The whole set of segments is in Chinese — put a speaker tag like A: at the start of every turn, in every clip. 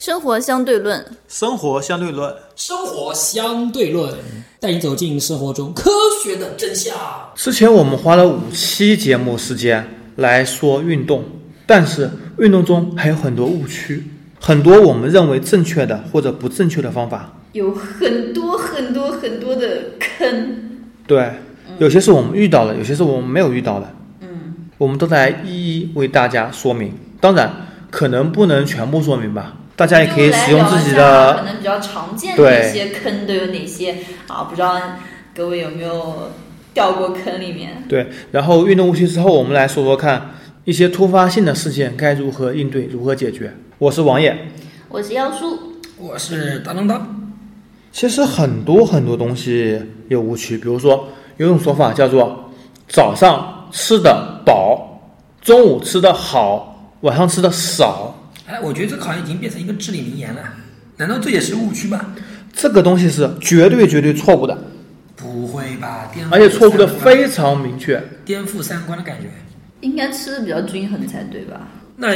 A: 生活相对论，
B: 生活相对论，
C: 生活相对论，带你走进生活中科学的真相。
D: 之前我们花了五期节目时间来说运动，但是运动中还有很多误区，很多我们认为正确的或者不正确的方法。
A: 有很多很多很多的坑。
D: 对，有些是我们遇到的，有些是我们没有遇到的。嗯，我们都在一一为大家说明。当然，可能不能全部说明吧，大家也可以使用自己
A: 就来聊一下可
D: 的。
A: 能比较常见的一些坑都有哪些啊？不知道各位有没有掉过坑里面？
D: 对，然后运动误区之后，我们来说说看一些突发性的事件该如何应对，如何解决。我是王爷。
A: 我是妖叔，
C: 我是当当当，
D: 其实很多很多东西有误区，比如说有种说法叫做早上吃的饱，中午吃的好，晚上吃的少，
C: 哎，我觉得这个好像已经变成一个至理名言了，难道这也是误区吗？
D: 这个东西是绝对绝对错误的，
C: 不会吧，啊颠覆
D: 而且错误的
C: 三观
D: 非常明确。
C: 颠覆三观的感觉。
A: 应该吃的比较均衡才对吧？
C: 那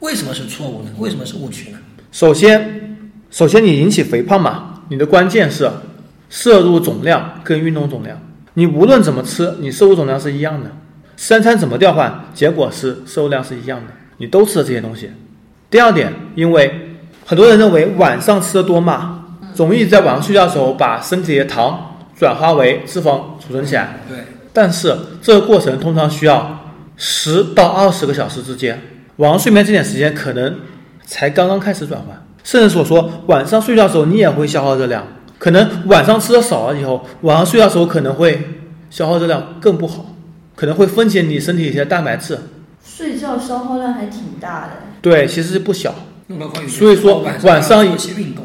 C: 为什么是错误呢？为什么是误区呢？
D: 首先，首先你引起肥胖嘛，你的关键是摄入总量跟运动总量，你无论怎么吃，你摄入总量是一样的，三餐怎么调换，结果是摄入量是一样的，你都吃了这些东西。第二点，因为很多人认为晚上吃的多嘛，容易在晚上睡觉的时候把身体的糖转化为脂肪储存起来，
C: 对，
D: 但是这个过程通常需要十到二十个小时之间，晚上睡眠这点时间可能才刚刚开始转换，甚至所说晚上睡觉的时候你也会消耗热量，可能晚上吃的少了以后，晚上睡觉的时候可能会消耗热量更不好，可能会分解你身体一些蛋白质，
A: 睡觉消耗量还挺大的。
D: 对，其实不小。
C: 用了关于
D: 所以说晚上
C: 要做一些运动，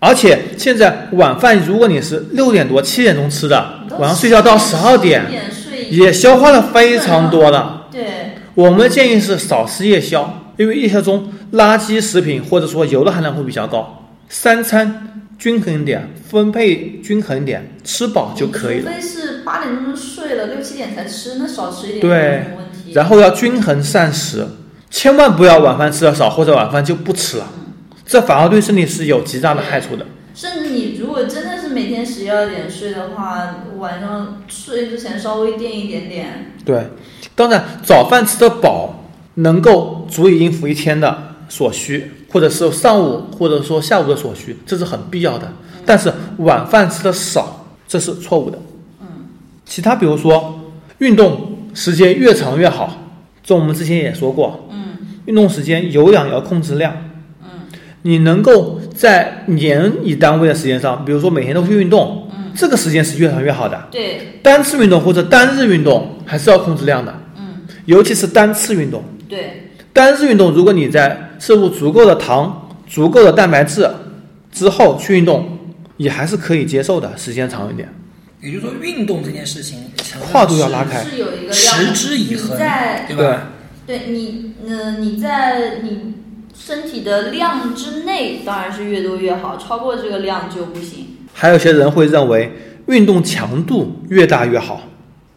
D: 而且现在晚饭如果你是六点多七点钟吃的，晚上睡觉到十二点，
A: 点睡一
D: 也消化了非常多了。
A: 对，
D: 我们的建议是少吃夜宵，因为夜宵中垃圾食品或者说油的含量会比较高。三餐均衡一点，分配均衡一点，吃饱哦就可以了。
A: 除非是八点钟睡了，六七点才吃，那少吃一点
D: 对
A: 没有什么问题。
D: 然后要均衡膳食，千万不要晚饭吃的少或者晚饭就不吃了，这反而对身体是有极大的害处的。
A: 甚至你如果真的是每天十一二点睡的话，晚上睡之前稍微垫一点点。
D: 对，当然早饭吃得饱，能够足以应付一天的所需，或者是上午或者说下午的所需，这是很必要的。但是晚饭吃的少，这是错误的。嗯，其他比如说运动时间越长越好，这我们之前也说过。嗯，运动时间有氧要控制量。嗯，你能够在年以单位的时间上，比如说每天都去运动，嗯，这个时间是越长越好的。
A: 对
D: 单次运动或者单日运动还是要控制量的，嗯，尤其是单次运动。
A: 对，
D: 单日运动，如果你在摄入足够的糖、足够的蛋白质之后去运动，也还是可以接受的，时间长一点。
C: 也就是说运动这件事情，承认
D: 跨度
C: 是
D: 要拉开
A: 是有一个
C: 持之以
A: 你
C: 恒，
A: 在
C: 对吧？
A: 对你，嗯、你在你身体的量之内，当然是越多越好，超过这个量就不行。
D: 还有些人会认为运动强度越大越好。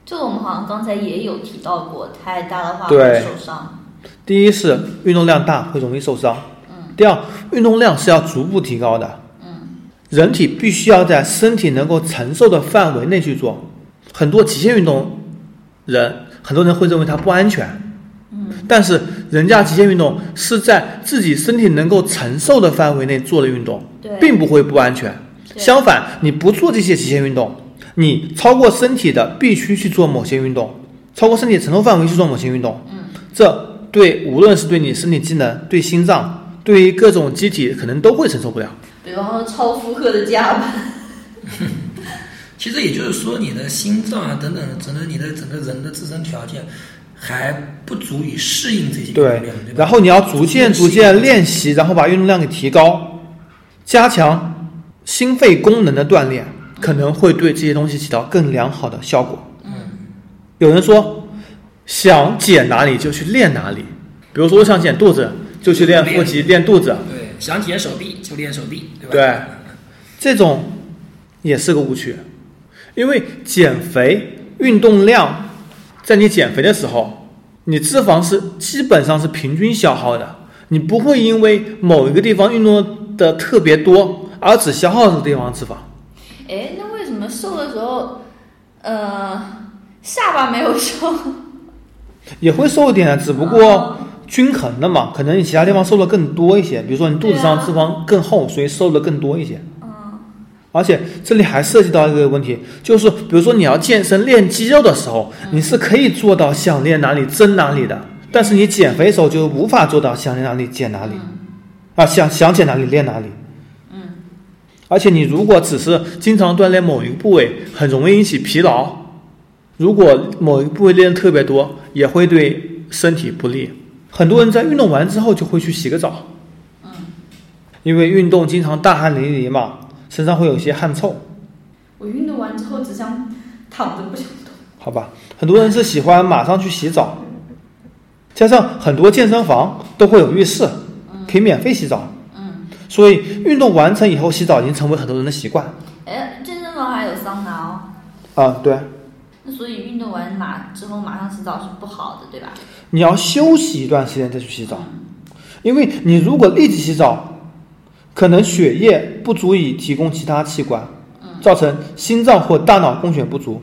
A: 这个我们好像刚才也有提到过，太大的话
D: 对
A: 会受伤。
D: 第一是运动量大会容易受伤，
C: 嗯
D: 第二，运动量是要逐步提高的，
A: 嗯
D: 人体必须要在身体能够承受的范围内去做。很多极限运动人，很多人会认为它不安全，
A: 嗯
D: 但是人家极限运动是在自己身体能够承受的范围内做的运动，
A: 对
D: 并不会不安全。
A: 对
D: 相反，你不做这些极限运动，你超过身体的必须去做某些运动，超过身体承受范围去做某些运动。嗯，这对无论是对你身体机能、对心脏、对于各种机体，可能都会承受不了。
A: 比方说超负荷的加班，
C: 其实也就是说，你的心脏啊等等，整个你的整个人的自身条件还不足以适应这些运动量，对吧？
D: 然后你要逐渐逐
C: 适
D: 渐
C: 应
D: 练习，然后把运动量给提高，加强心肺功能的锻炼，可能会对这些东西起到更良好的效果。嗯，有人说想减哪里就去练哪里，比如说我想减肚子，就去练腹肌、练肚子，啊
C: 对，想减手臂就练手臂，对吧？
D: 对这种也是个误区，因为减肥运动量，在你减肥的时候，你脂肪是基本上是平均消耗的，你不会因为某一个地方运动的特别多而只消耗这个地方的脂肪。
A: 哎，那为什么瘦的时候，呃，下巴没有瘦？
D: 也会瘦一点，只不过均衡的嘛，可能你其他地方瘦的更多一些，比如说你肚子上
A: 对啊
D: 脂肪更厚，所以瘦的更多一些。
A: 嗯
D: 而且这里还涉及到一个问题，就是比如说你要健身练肌肉的时候，
A: 嗯
D: 你是可以做到想练哪里增哪里的，但是你减肥的时候就无法做到想练哪里减哪里，啊，想想减哪里练哪里。
A: 嗯，
D: 而且你如果只是经常锻炼某一个部位，很容易引起疲劳。如果某一个部位练得特别多，也会对身体不利。很多人在运动完之后就会去洗个澡，
A: 嗯，
D: 因为运动经常大汗淋漓嘛，身上会有一些汗臭，
A: 我运动完之后只想躺着不想动。
D: 好吧？很多人是喜欢马上去洗澡，加上很多健身房都会有浴室，可以免费洗澡，
A: 嗯，
D: 所以运动完成以后洗澡已经成为很多人的习惯。
A: 哎，健身房还有桑拿哦。
D: 啊，对，
A: 那所以运动完马之后马上洗澡是不好的，对吧？
D: 你要休息一段时间再去洗澡，因为你如果立即洗澡，可能血液不足以提供其他器官，造成心脏或大脑供血不足。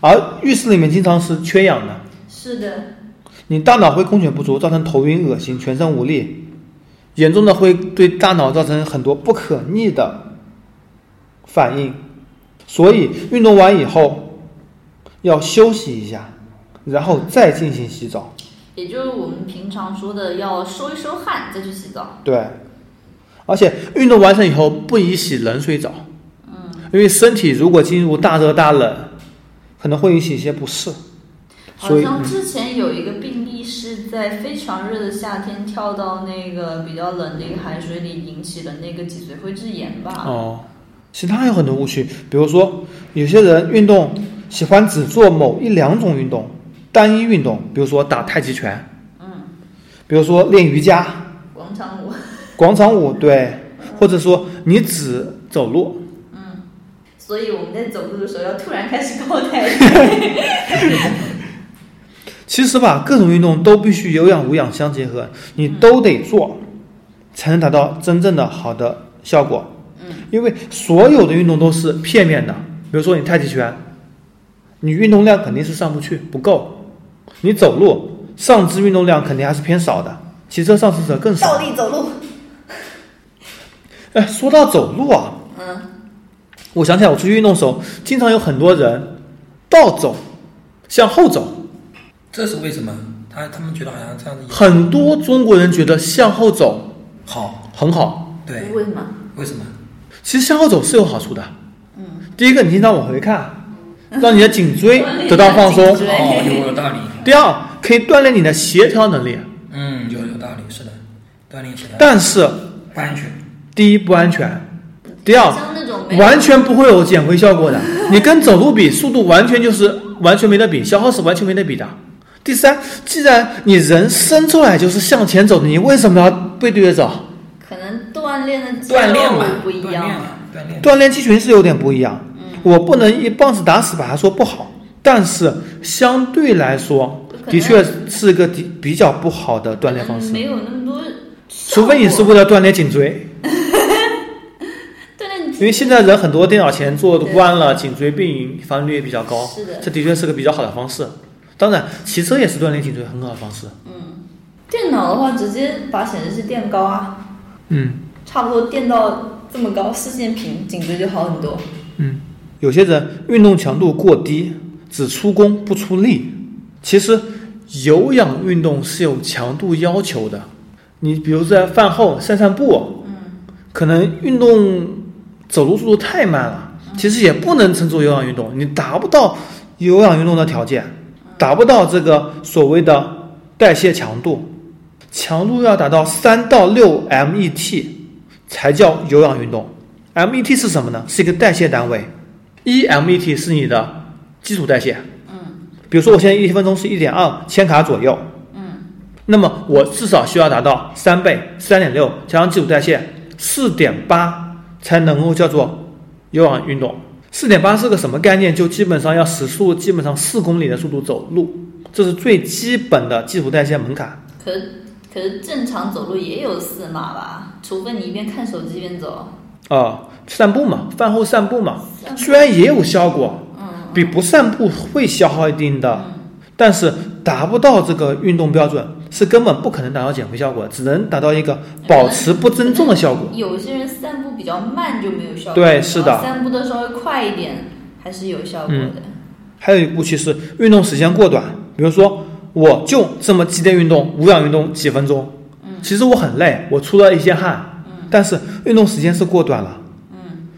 D: 而浴室里面经常是缺氧的，
A: 是的，
D: 你大脑会供血不足，造成头晕、恶心、全身无力，严重的会对大脑造成很多不可逆的反应。所以运动完以后要休息一下，然后再进行洗澡。
A: 也就是我们平常说的要收一收汗再去洗澡。
D: 对，而且运动完成以后不宜洗冷水澡，嗯，因为身体如果进入大热大冷，可能会引起一些不适。所
A: 好
D: 以，
A: 像
D: 嗯
A: 之前有一个病例是在非常热的夏天跳到那个比较冷的一个海水里，引起了那个脊髓灰质炎吧？
D: 哦，其他还有很多误区，比如说有些人运动喜欢只做某一两种运动，单一运动，比如说打太极拳，
A: 嗯，
D: 比如说练瑜伽、
A: 广场舞。
D: 广场舞，对，或者说你只走路，
A: 所以我们在走路的时候要突然开始高抬腿。
D: 其实吧，各种运动都必须有氧无氧相结合，你
A: 嗯
D: 都得做，才能达到真正的好的效果。嗯，因为所有的运动都是片面的，比如说你太极拳，你运动量肯定是上不去，不够。你走路，上肢运动量肯定还是偏少的，骑车上肢者更
A: 倒
D: 少。
A: 立走路。
D: 哎，说到走路啊，
A: 嗯，
D: 我想起来我出去运动的时候，经常有很多人倒走，向后走。
C: 这是为什么？他他们觉得好像这样子
D: 很多中国人觉得向后走
C: 好，
D: 很好，
C: 对，
A: 为什么？
C: 为什么？
D: 其实向后走是有好处的。嗯，第一个，你经常往回看，让你的颈椎得到放松
A: 对。
C: 哦，有有道理，
D: 第二，可以锻炼你的协调能力。
C: 嗯，有有道理，是的，锻炼起来
D: 但是，
C: 不安全。
D: 第一不安全，第二
A: 像那种没有
D: 完全不会有减肥效果的。你跟走路比，速度完全就是完全没得比，消耗是完全没得比的。第三，既然你人生出来就是向前走的，你为什么要背对着走？
A: 可能锻炼的肌
C: 锻炼嘛
A: 肉，不
C: 锻
A: 一
C: 炼
A: 样。
C: 嘛，锻炼。
D: 锻炼肌群是有点不一样。
A: 嗯
D: 我不能一棒子打死把它说不好，但是相对来说
A: 可，能嗯
D: 的确是个比比较不好的锻炼方式
A: 没。有那么多效
D: 除
A: 果。
D: 非你是为了锻炼颈椎，
A: 锻炼
D: 因为现在人很多电脑前坐惯了，颈椎病发病率也比较高。
A: 是的
D: 这的确是个比较好的方式。当然，骑车也是锻炼颈椎很好的方式。
A: 电脑的话，直接把显示器垫高啊，
D: 嗯
A: 差不多垫到这么高，视线平，颈椎就好很多。
D: 嗯，有些人运动强度过低，只出功不出力。其实有氧运动是有强度要求的。你比如在饭后散散步，
A: 嗯，
D: 可能运动走路速度太慢了，其实也不能称作有氧运动，你达不到有氧运动的条件，达不到这个所谓的代谢强度，强度要达到三到六 MET 才叫有氧运动。MET 是什么呢？是一个代谢单位，一 MET E 是你的基础代谢。嗯，比如说我现在一分钟是一点二千卡左右。那么我至少需要达到三倍、三点六加上基础代谢四点八才能够叫做有氧运动。四点八是个什么概念？就基本上要时速基本上四公里的速度走路，这是最基本的基础代谢门槛。
A: 可可可是正常走路也有四码吧，除非你一边看手机一边走。
D: 啊，散步嘛，饭后散步嘛，虽然也有效果，
A: 嗯，
D: 比不散步会消耗一定的，
A: 嗯
D: 但是达不到这个运动标准，是根本不可能达到减肥效果，只能达到一个保持不增重的效果。
A: 有些人散步比较慢就没有效果，
D: 对
A: 然后
D: 是的
A: 散步的稍微快一点还是有效果的。
D: 嗯还有一个误区是运动时间过短，比如说我就这么激烈运动，无氧运动几分钟，其实我很累，我出了一些汗，但是运动时间是过短了。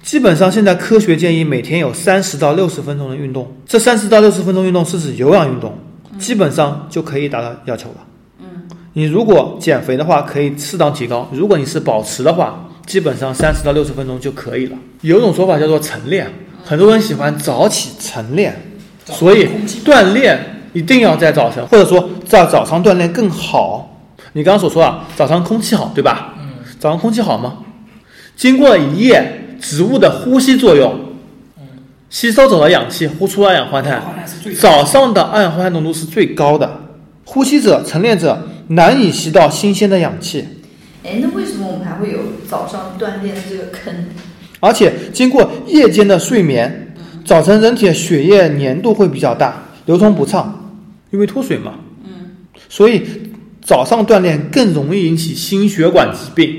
D: 基本上现在科学建议每天有三十到六十分钟的运动，这三十到六十分钟运动是指有氧运动，基本上就可以达到要求了。嗯，你如果减肥的话，可以适当提高；如果你是保持的话，基本上三十到六十分钟就可以了。有一种说法叫做晨练，很多人喜欢早起晨练，所以锻炼一定要在早晨，或者说在早上锻炼更好。你刚刚所说啊，早上空气好，对吧？
C: 嗯，
D: 早上空气好吗？经过了一夜植物的呼吸作用，吸收走了氧气，呼出二氧化碳，
C: 好像是最
D: 早上的二氧化碳浓度是最高的。呼吸者、晨练者难以吸到新鲜的氧气，
A: 哎、那为什么我们还会有早上锻炼的这个坑？
D: 而且经过夜间的睡眠，早晨人体的血液粘度会比较大，流通不畅，因为脱水嘛。嗯。所以早上锻炼更容易引起心血管疾病，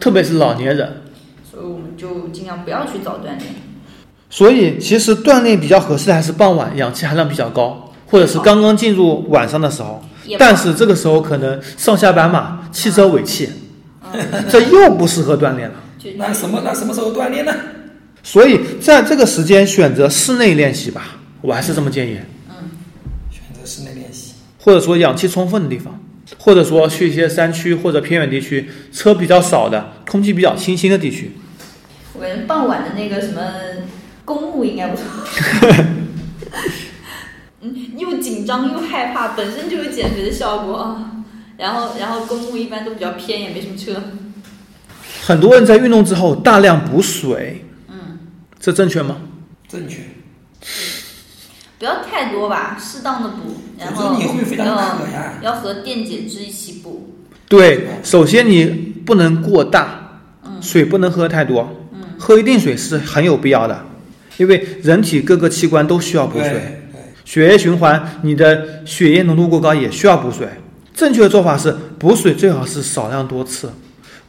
D: 特别是老年人。
A: 所以我们就尽量不要去早锻炼。
D: 所以其实锻炼比较合适的还是傍晚，氧气含量比较高，或者是刚刚进入晚上的时候。
A: 也不
D: 但是这个时候可能上下班嘛，汽车尾气，
A: 嗯，
D: 这又不适合锻炼了。
A: 就
C: 那什么？那什么时候锻炼呢？
D: 所以在这个时间选择室内练习吧，我还是这么建议。
C: 选择室内练习。
D: 或者说氧气充分的地方，或者说去一些山区或者偏远地区，车比较少的、空气比较清新的地区。
A: 我感觉傍晚的那个什么公墓应该不错。嗯，又紧张又害怕，本身就有减肥的效果啊。然后，然后公墓一般都比较偏，也没什么车。
D: 很多人在运动之后大量补水，嗯，这正确吗？
C: 正确，
A: 不要太多吧，适当的补，然
C: 否
A: 后
C: 则你会非常渴呀
A: 要要和电解质一起补。
D: 对，首先你不能过大，水不能喝太多，喝一定水是很有必要的，因为人体各个器官都需要补水。
C: 对对，
D: 血液循环，你的血液浓度过高也需要补水。正确的做法是补水最好是少量多次，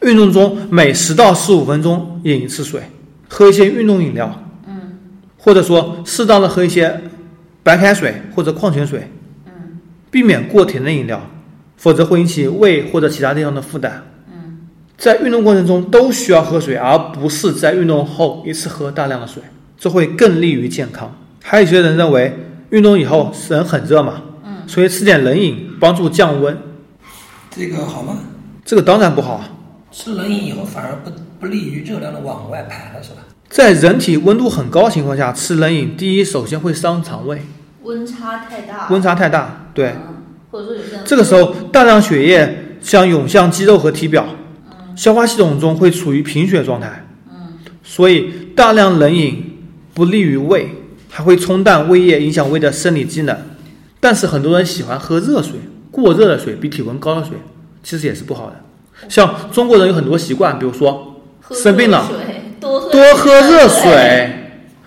D: 运动中每十到十五分钟饮一次水，喝一些运动饮料，嗯，或者说适当的喝一些白开水或者矿泉水，嗯，避免过甜的饮料，否则会引起胃或者其他地方的负担。嗯，在运动过程中都需要喝水，而不是在运动后一次喝大量的水，这会更利于健康。还有一些人认为运动以后人很热嘛，嗯，所以吃点冷饮帮助降温，
C: 这个好吗？
D: 这个当然不好啊。
C: 吃冷饮以后反而不不利于热量的往外排了，是吧？
D: 在人体温度很高的情况下吃冷饮，第一首先会伤肠胃，
A: 温差太大，
D: 温差太大，对，
A: 嗯，或者说有些人
D: 这个时候大量血液像涌向肌肉和体表，消化系统中会处于贫血状态，
A: 嗯
D: 所以大量冷饮不利于胃，还会冲淡胃液，影响胃的生理机能。但是很多人喜欢喝热水，过热的水比体温高的水其实也是不好的。像中国人有很多习惯，比如说
A: 喝
D: 生病了
A: 热水，多喝
D: 多喝热
A: 水，
D: 水。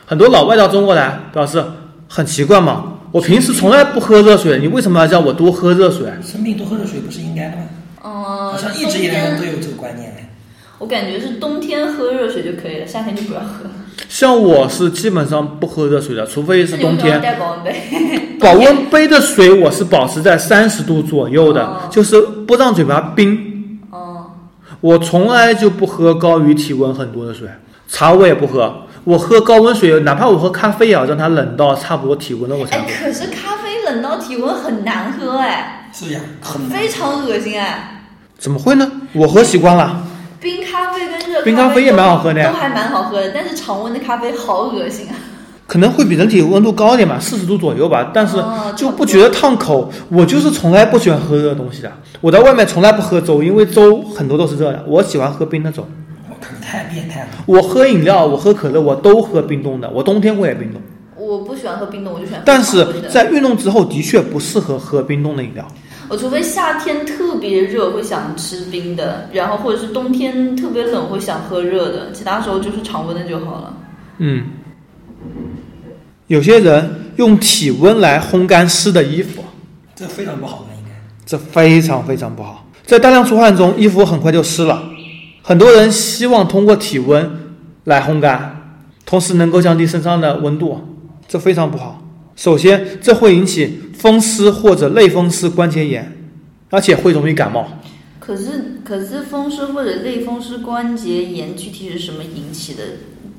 D: 很多老外到中国来表示很奇怪嘛，我平时从来不喝热水，你为什么要叫我多喝热水？
C: 生病多喝热水不是应该的吗？
A: 嗯，
C: 好像一
A: 冬
C: 直以来都
A: 天
C: 有这个观念哎。
A: 我感觉是冬天喝热水就可以了，夏天就不要喝。
D: 像我是基本上不喝热水的，除非是
A: 那你为
D: 冬
A: 什么要
D: 天。
A: 带保温杯。
D: 保温杯的水我是保持在三十度左右
A: 哦
D: 的，就是不让嘴巴冰。
A: 哦，
D: 我从来就不喝高于体温很多的水，茶我也不喝。我喝高温水，哪怕我喝咖啡也啊要让它冷到差不多体温了我才
A: 哎
D: 喝，。
A: 可是咖啡冷到体温很难喝哎，
C: 是呀，
D: 嗯
C: 很难
A: 非常恶心哎。
D: 怎么会呢？我喝习惯了。
A: 冰咖啡跟热
D: 冰咖啡也蛮好喝的呀
A: 都还蛮好喝的，但是常温的咖啡好恶心啊。
D: 可能会比人体温度高一点吧，四十度左右吧，但是
A: 哦
D: 就不觉得烫口。我就是从来不喜欢喝热的东西的，我在外面从来不喝粥，因为粥很多都是热的，我喜欢喝冰的粥。
C: 我靠，太变态了！
D: 我喝饮料，我喝可乐，我都喝冰冻的，我冬天我也冰冻。
A: 我不喜欢喝冰的，我就喜欢喝
D: 但
A: 常温
D: 是
A: 的。
D: 在运动之后，的确不适合喝冰冻的饮料。
A: 我我除非夏天特别热会想吃冰的，然后或者是冬天特别冷会想喝热的，其他时候就是常温的就好了。
D: 嗯，有些人用体温来烘干湿的衣服，
C: 这非常不好吧？应该
D: 这非常非常不好。在大量出汗中，衣服很快就湿了。很多人希望通过体温来烘干，同时能够降低身上的温度，这非常不好。首先，这会引起风湿或者类风湿关节炎，而且会容易感冒。
A: 可是可是风湿或者类风湿关节炎具体是什么引起的，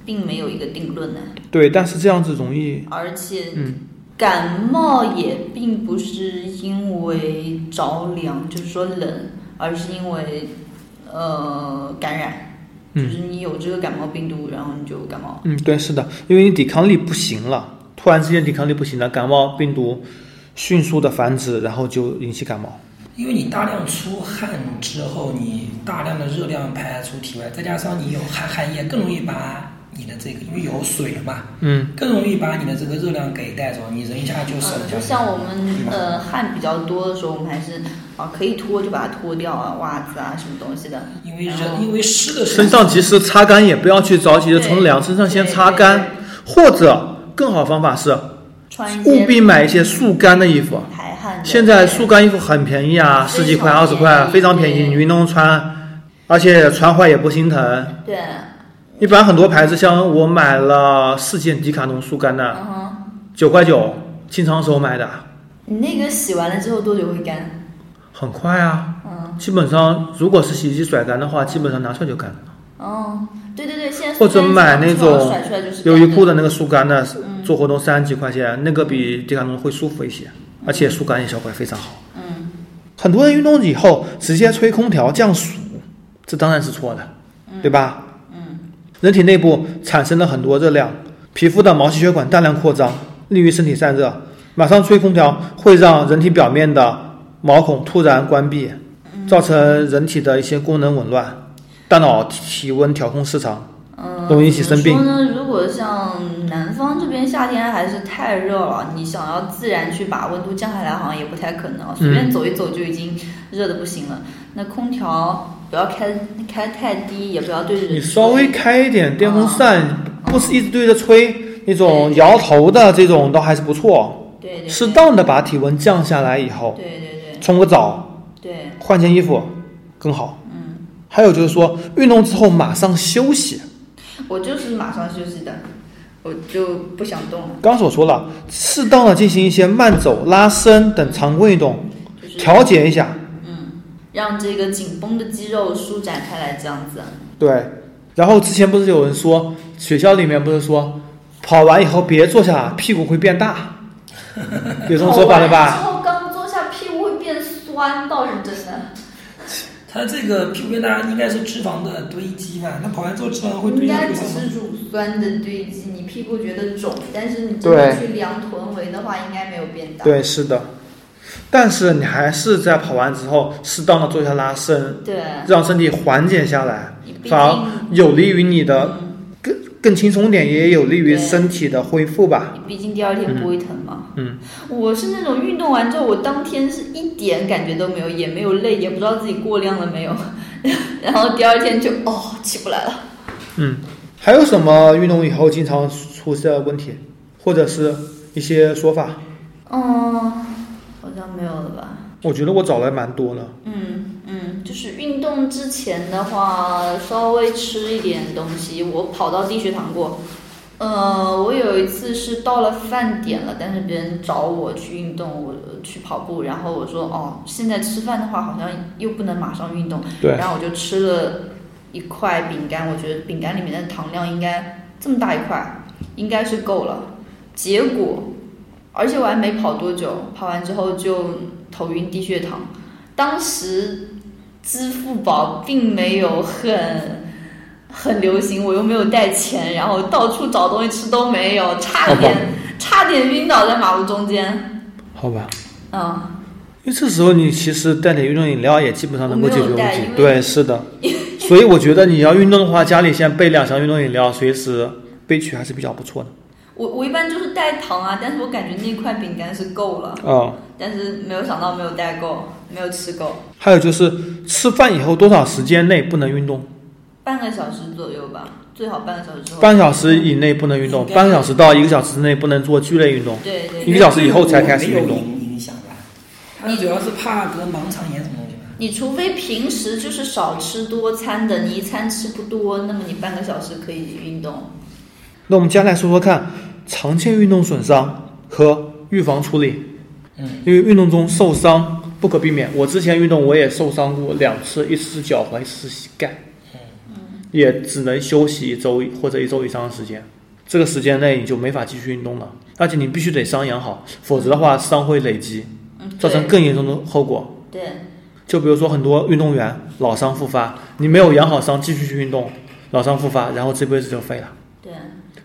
A: 并没有一个定论呢、
D: 对，但是这样子容易，
A: 而且
D: 嗯，
A: 感冒也并不是因为着凉，就是说冷，而是因为呃感染，就
D: 嗯
A: 是你有这个感冒病毒，然后你就感冒。
D: 嗯，对，是的，因为你抵抗力不行了，突然之间抵抗力不行了，感冒病毒迅速的繁殖，然后就引起感冒。
C: 因为你大量出汗之后，你大量的热量排出体外，再加上你有汗汗液，更容易把你的这个，因为有水了嘛，
D: 嗯，
C: 更容易把你的这个热量给带走，你人一下就省
A: 嗯，
C: 下
A: 就
C: 来。
A: 像我们呃汗比较多的时候，我们还是啊可以脱就把它脱掉啊，袜子啊什么东西的。
C: 因为
A: 然后
C: 人因为湿的时
D: 身
C: 候，
D: 上及时擦干，也不要去着急的
A: 对
D: 从凉身上先
A: 对
D: 擦
A: 对
D: 干，或者更好的方法是
A: 穿一些
D: 务必买一些速干的衣服。
A: 排汗的。
D: 现在速干衣服很便宜啊，
A: 非常
D: 十几块、二十
A: 便
D: 块，
A: 宜
D: 非常便宜，
A: 对
D: 你运动穿，而且穿坏也不心疼。
A: 对，
D: 一般很多牌子，像我买了四件迪卡侬速干的，
A: 嗯哼，
D: 九块九，清仓时候买的，
A: 你那个洗完了之后多久会干？
D: 很快啊。
A: 嗯，
D: 基本上如果是洗衣机甩干的话，基本上拿出来就干了。
A: 哦，对对对，现在
D: 或者买那种
A: 甩出来就是
D: 优衣库
A: 的。
D: 的那个速干的，做活动三十几块钱，那个比迪卡侬会舒服一些，而且速干也效果也非常好。
A: 嗯，
D: 很多人运动以后直接吹空调降暑，这当然是错的，对吧？嗯，人体内部产生了很多热量，皮肤的毛细血管大量扩张，利于身体散热。马上吹空调会让人体表面的毛孔突然关闭，
A: 嗯
D: 造成人体的一些功能紊乱，大脑体温调控失常。
A: 嗯，
D: 容易引起生病
A: 怎么说呢？如果像南方这边夏天还是太热了，你想要自然去把温度降下来，好像也不太可能啊。随
D: 嗯
A: 便走一走就已经热的不行了。那空调不要开开太低，也不要对着
D: 你稍微开一点电风
A: 啊
D: 扇，不是一直对着吹，那种摇头的这种倒还是不错。
A: 对对
D: 适当的把体温降下来以后，
A: 对对对
D: 冲个澡，
A: 对，
D: 换件衣服更好。
A: 嗯，
D: 还有就是说，运动之后马上休息。
A: 我就是马上休息的，我就不想动了，
D: 刚所说了，适当的进行一些慢走、拉伸等常规运动，
A: 就是
D: 调节一下。
A: 让这个紧绷的肌肉舒展开来，这样子。
D: 对，然后之前不是有人说，学校里面不是说，跑完以后别坐下，屁股会变 大，有这种说法对吧？
A: 之后刚坐下，屁股会变酸，倒是真的。
C: 它这个屁股变大应该是脂肪的堆积吧？那跑完之后脂肪会堆
A: 应
C: 积
A: 该
C: 会
A: 只
C: 上
A: 是乳酸的堆积，你屁股觉得肿，但是你真
D: 对
A: 的去量臀围的话，应该没有变大。，
D: 对，是的。但是你还是在跑完之后，适当的做一下拉伸，
A: 对，
D: 让身体缓解下来，
A: 你毕
D: 反而
A: 竟
D: 有利于你的
A: 嗯，
D: 更轻松点，也有利于
A: 对
D: 身体的恢复吧。
A: 你毕竟第二天不会疼嘛。
D: 嗯，
A: 我是那种运动完之后，我当天是一点感觉都没有，也没有累，也不知道自己过量了没有， 然后第二天就哦起不来了。
D: 嗯，还有什么运动以后经常出现的问题，或者是一些说法？
A: 嗯，好像没有了吧。
D: 我觉得我找了蛮多了。
A: 嗯，嗯，就是运动之前的话，稍微吃一点东西。我跑到低血糖过，呃，我有一次是到了饭点了，但是别人找我去运动，我呃去跑步，然后我说哦，现在吃饭的话好像又不能马上运动，
D: 对，
A: 然后我就吃了一块饼干，我觉得饼干里面的糖量应该这么大一块，应该是够了。结果，而且我还没跑多久，跑完之后就头晕低血糖。当时支付宝并没有很很流行，我又没有带钱，然后到处找东西吃都没有，差
D: 好吧
A: 点差点晕倒在马路中间。
D: 好吧。
A: 嗯，
D: 因为这时候你其实带点运动饮料也基本上能够解决问
A: 我没有带因
D: 题
A: 为。
D: 对，是的。所以我觉得你要运动的话，家里先备两箱运动饮料，随时备取还是比较不错 的。
A: 我我一般就是带糖啊，但是我感觉那块饼干是够了。
D: 啊、
A: 但是没有想到没有带够，没有吃够，
D: 还有就是吃饭以后多少时间内不能运动，
A: 半个小时左右吧，最好半个小时之后。
D: 半小时以内不能运动，半个小时到一个小时之内不能做剧烈运动。
A: 对对
D: 一
A: 对，
D: 个小时以后才开始运动
B: 没有影影响吧？
C: 他主要是怕得盲肠炎什么东西吧？
A: 你除非平时就是少吃多餐的，你一餐吃不多，那么你半个小时可以运动。
D: 那我们接下来说说看常见运动损伤和预防处理。
C: 嗯，
D: 因为运动中受伤不可避免。我之前运动我也受伤过两次，一次是脚踝，一次是膝盖。也只能休息一周或者一周以上的时间，这个时间内你就没法继续运动了，而且你必须得伤养好，否则的话伤会累积，
A: 嗯，对
D: 造成更严重的后果。
A: 对，
D: 就比如说很多运动员老伤复发，你没有养好伤，继续去运动，老伤复发，然后这辈子就废了。
A: 对，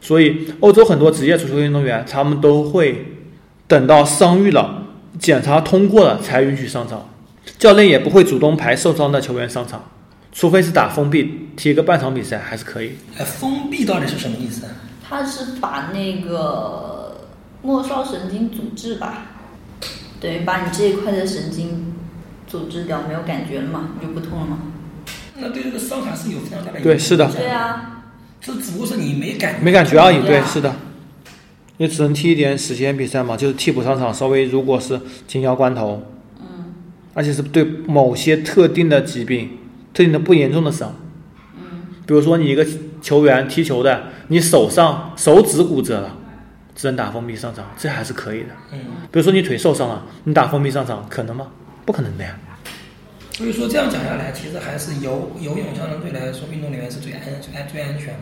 D: 所以欧洲很多职业足球运动员，他们都会等到伤愈了，检查通过了才允许上场，教练也不会主动排受伤的球员上场，除非是打封闭，踢个半场比赛还是可以。
C: 哎，封闭到底是什么意思啊？
A: 他是把那个末梢神经阻滞吧，等于把你这一块的神经阻滞掉，没有感觉了嘛，你就不痛了嘛。
C: 那对这个伤害是有非常大的影响。
D: 对是的
A: 对，啊，
C: 这只不过是你没感觉
D: 没感觉而已，
A: 对
D: 对
A: 啊，
D: 是的，也只能踢一点时间比赛嘛，就是替补上场，稍微如果是紧要关头，嗯，而且是对某些特定的疾病、特定的不严重的伤，嗯，比如说你一个球员踢球的，你手上手指骨折了，只能打封闭上场，这还是可以的。
C: 嗯，
D: 比如说你腿受伤了，你打封闭上场可能吗？不可能的呀。
C: 所以说这样讲下来，其实还是游游泳相对来说运动里面是最安最安最安全的。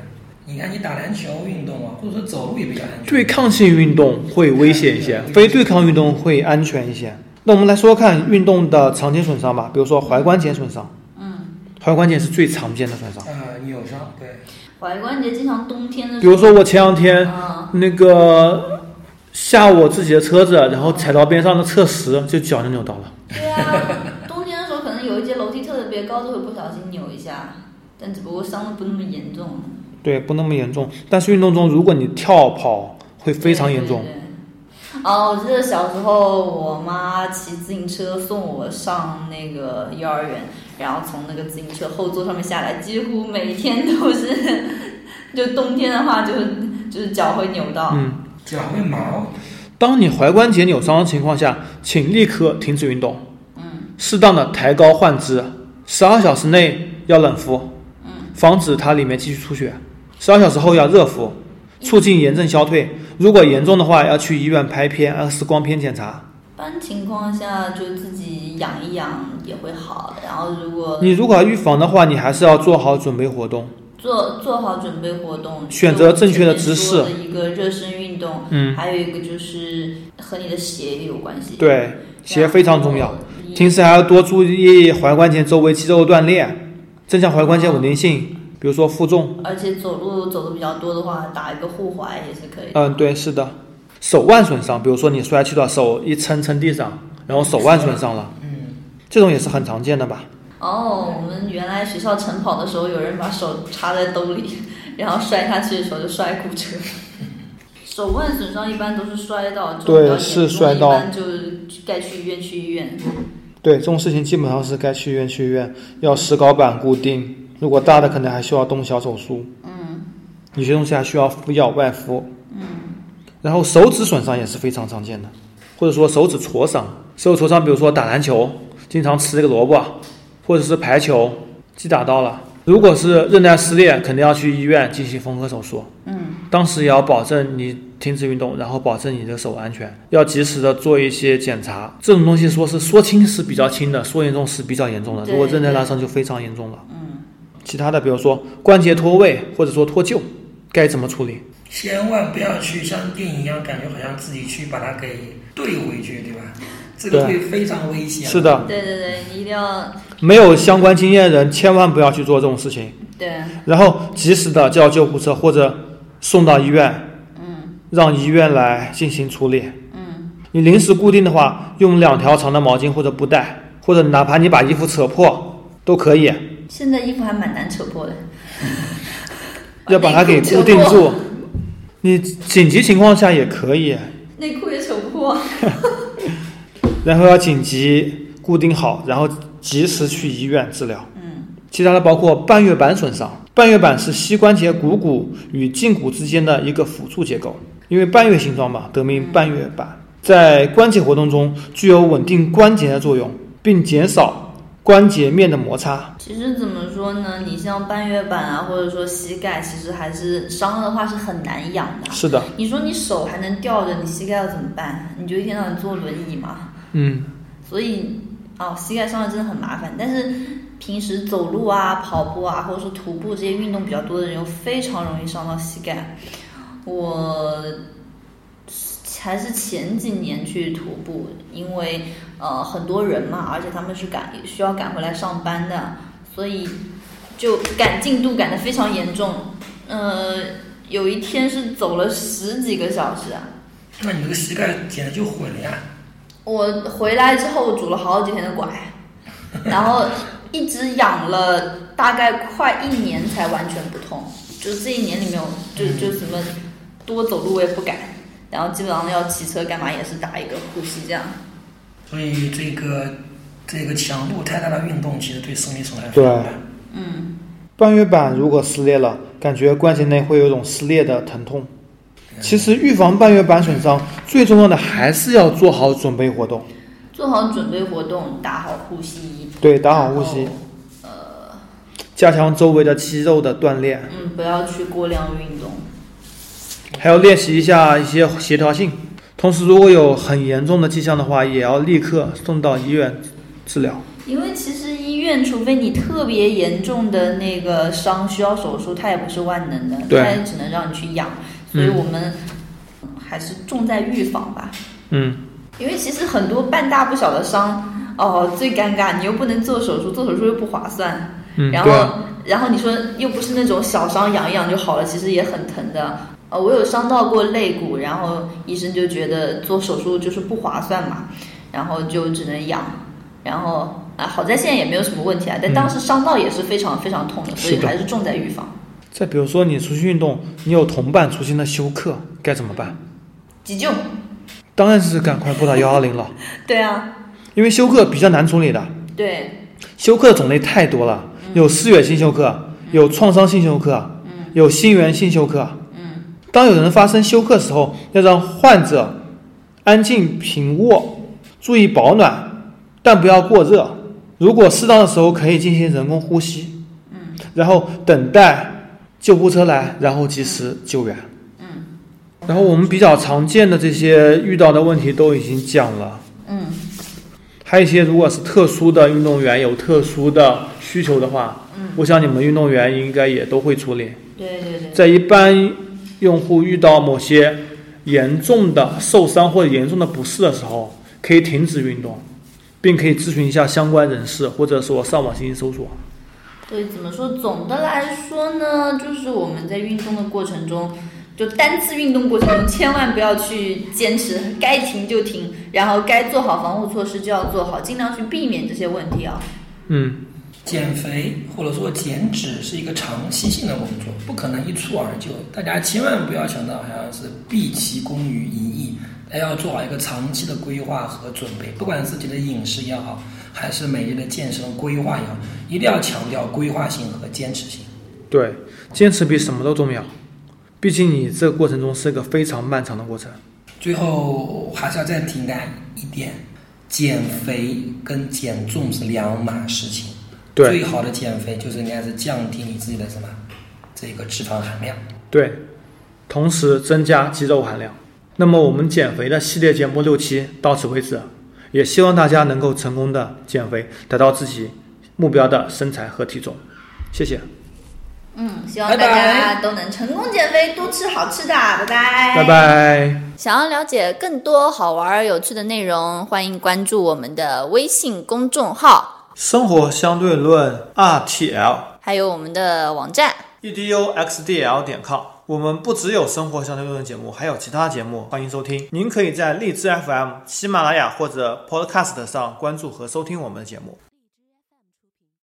C: 你看你打篮球运动啊，或者说走路也比较安全。
D: 对抗性运动会危险一些，非对抗运动会安全一些。那我们来说看运动的常见损伤吧，比如说踝关节损伤。嗯，踝关节是最常见的损伤。
C: 啊、扭伤对，
A: 踝关节经常冬天的
D: 比
A: 时候，
D: 如说我前两天
A: 啊，
D: 那个下我自己的车子，然后踩到边上的侧石，就脚就扭到了。
A: 对啊，冬天的时候可能有一些楼梯特别高，都会不小心扭一下，但只不过伤的不那么严重。
D: 对，不那么严重。但是运动中，如果你跳跑，会非常严重
A: 对。。对对哦，我记得小时候，我妈骑自行车送我上那个幼儿园，然后从那个自行车后座上面下来，几乎每天都是， 就冬天的话就是就是脚会扭到。
D: 嗯，
C: 脚会毛，
D: 当你踝关节扭伤的情况下，请立刻停止运动，嗯，适当的抬高换肢，十二小时内要冷敷，嗯，防止它里面继续出血，十二小时后要热敷，促进炎症消退。如果严重的话，要去医院拍片、X 光片检查。
A: 一般情况下就自己养一养也会好，然后如果
D: 你如果要预防的话，你还是要做好准备活动，
A: 做做好准备活动，
D: 选择正确的姿势
A: 就我们前面说的一个热身运动，
D: 嗯，
A: 还有一个就是和你的鞋也有关系，，
D: 对，鞋非常重要。。平
A: 听
D: 时还要多注意踝关节周围肌肉断裂，增强踝关节稳定性，比如说负重。
A: 而且走路走的比较多的话，打一个护踝也是可以的。
D: 嗯，对，是的，手腕损伤，比如说你摔去了，手一撑撑地上，然后手腕损伤了，
C: 嗯，
D: 这种也是很常见的吧？
A: 哦，我们原来学校晨跑的时候，有人把手插在兜里，然后摔下去的时候就摔骨折。 手腕损伤一般都是摔到，这种
D: 对
A: 比较严
D: 是
A: 重
D: 摔到
A: 一般就是该去医院去医院。
D: 对，这种事情基本上是该去医院去医院，要石膏板固定，如果大的可能还需要动小手术。嗯，有些东西还需要敷药外敷。嗯，然后手指损伤也是非常常见的，或者说手指挫伤。手指挫伤，比如说打篮球，经常吃这个萝卜，啊或者是排球，击打到了。如果是韧带撕裂，肯定要去医院进行缝合手术。嗯，当时也要保证你停止运动，然后保证你的手安全，要及时的做一些检查。这种东西说是说轻是比较轻的，说严重是比较严重的。
A: 对
D: 如果韧带拉伤就非常严重了。嗯，其他的比如说关节脱位或者说脱臼，该怎么处理？
C: 千万不要去像电影一样，感觉好像自己去把它给对回去，对吧？这个会非常危险。
D: 是，的，
A: 对对对，你一定要
D: 没有相关经验的人千万不要去做这种事情，
A: 对
D: 然后及时的叫救护车或者送到医院，嗯，让医院来进行处理。嗯，你临时固定的话，用两条长的毛巾或者布带，或者哪怕你把衣服扯破都可以，
A: 现在衣服还蛮难扯破的，
D: 要把它给固定
A: 内裤扯
D: 住。你紧急情况下也可以，
A: 内裤也扯不破。
D: 然后要紧急固定好，然后及时去医院治疗。
A: 嗯
D: 其他的包括半月板损伤，半月板是膝关节股骨与胫骨之间的一个辅助结构，因为半月形状嘛，得名半月板。在关节活动中具有稳定关节的作用，并减少关节面的摩擦。
A: 其实怎么说呢？你像半月板啊，或者说膝盖，其实还是伤了的话是很难养的。
D: 是的，
A: 你说你手还能吊着，你膝盖要怎么办？你就一天到晚坐轮椅嘛。
D: 嗯，
A: 所以，哦，膝盖伤了真的很麻烦。但是平时走路啊、跑步啊，或者说徒步这些运动比较多的人，又非常容易伤到膝盖。我还是前几年去徒步，因为呃很多人嘛，而且他们是赶需要赶回来上班的，所以就赶进度赶得非常严重。呃，有一天是走了十几个小时啊，
C: 那你这个膝盖简直就毁了呀！
A: 我回来之后拄了好几天的 拐，然后一直养了大概快一年才完全不痛，就这一年里面我就
D: 嗯
A: 就什么多走路我也不敢，然后基本上要骑车干嘛也是打一个护膝这样。
C: 所以这个这个强度太大的运动，其实对生理损害非
D: 对
C: 常大。
A: 嗯，
D: 半月板如果撕裂了，感觉关节内会有一种撕裂的疼痛。其实预防半月板损伤，最重要的还是要做好准备活动，
A: 做好准备活动，打好护膝，
D: 对，打好呼吸
A: 然后，。呃，
D: 加强周围的肌肉的锻炼。
A: 嗯，不要去过量运动。
D: 还要练习一下一些协调性。同时，如果有很严重的迹象的话，也要立刻送到医院治疗。
A: 因为其实医院，除非你特别严重的那个伤需要手术，它也不是万能的，
D: 对
A: 它也只能让你去养。所以我们还是重在预防吧。
D: 嗯，
A: 因为其实很多半大不小的伤，哦，最尴尬，你又不能做手术，做手术又不划算，
D: 嗯，
A: 然
D: 对
A: 后
D: 啊，
A: 然后你说又不是那种小伤养一养就好了，其实也很疼的。呃，我有伤到过肋骨，然后医生就觉得做手术就是不划算嘛，然后就只能养，然后啊，好在现在也没有什么问题啊，但当时伤到也是非常非常痛的，所以
D: 嗯是的
A: 还是重在预防。
D: 再比如说你出去运动，你有同伴出现了休克，该怎么办？
A: 急救，
D: 当然是赶快拨打幺二零了，
A: 对啊，
D: 因为休克比较难处理的，
A: 对，
D: 休克的种类太多了，
A: 嗯
D: 有失血性休克，有创伤性休克，有心源性休克。
A: 嗯
D: 当有人发生休克时候，要让患者安静平卧，注意保暖，但不要过热。如果适当的时候，可以进行人工呼吸，
A: 嗯
D: 然后等待救护车来，然后及时救援。
A: 嗯
D: 然后我们比较常见的这些遇到的问题都已经讲了，
A: 嗯，
D: 还有一些如果是特殊的运动员有特殊的需求的话，
A: 嗯
D: 我想你们运动员应该也都会处理。
A: 对对对，
D: 在一般用户遇到某些严重的受伤或者严重的不适的时候，可以停止运动，并可以咨询一下相关人士，或者说上网进行搜索。
A: 对，怎么说？总的来说呢，就是我们在运动的过程中，就单次运动过程中，千万不要去坚持，该停就停，然后该做好防护措施就要做好，尽量去避免这些问题啊。
D: 嗯，
C: 减肥或者说减脂是一个长期性的工作，不可能一蹴而就。大家千万不要想到好像是毕其功于一役，还要做好一个长期的规划和准备，不管是自己的饮食也好，还是每日的健身规划也好，一定要强调规划性和坚持性。
D: 对，坚持比什么都重要，毕竟你这个过程中是一个非常漫长的过程。
C: 最后还是要再提大家一点，减肥跟减重是两码事情。
D: 对
C: 最好的减肥就是应该是降低你自己的什么，这个脂肪含量。
D: 对，同时增加肌肉含量。那么我们减肥的系列节目六期到此为止，也希望大家能够成功的减肥，达到自己目标的身材和体重。谢谢，
A: 嗯，希望
C: 拜
A: 大
C: 拜
A: 家都能成功减肥，多吃好吃的，拜拜，
D: 拜。拜。
A: 想要了解更多好玩儿有趣的内容，欢迎关注我们的微信公众号，
D: 生活相对论 RTL
A: 还有我们的网站。
D: eduxdl 点 com。我们不只有生活相对论节目，还有其他节目，欢迎收听。您可以在荔枝 FM、喜马拉雅或者 Podcast 上关注和收听我们的节目。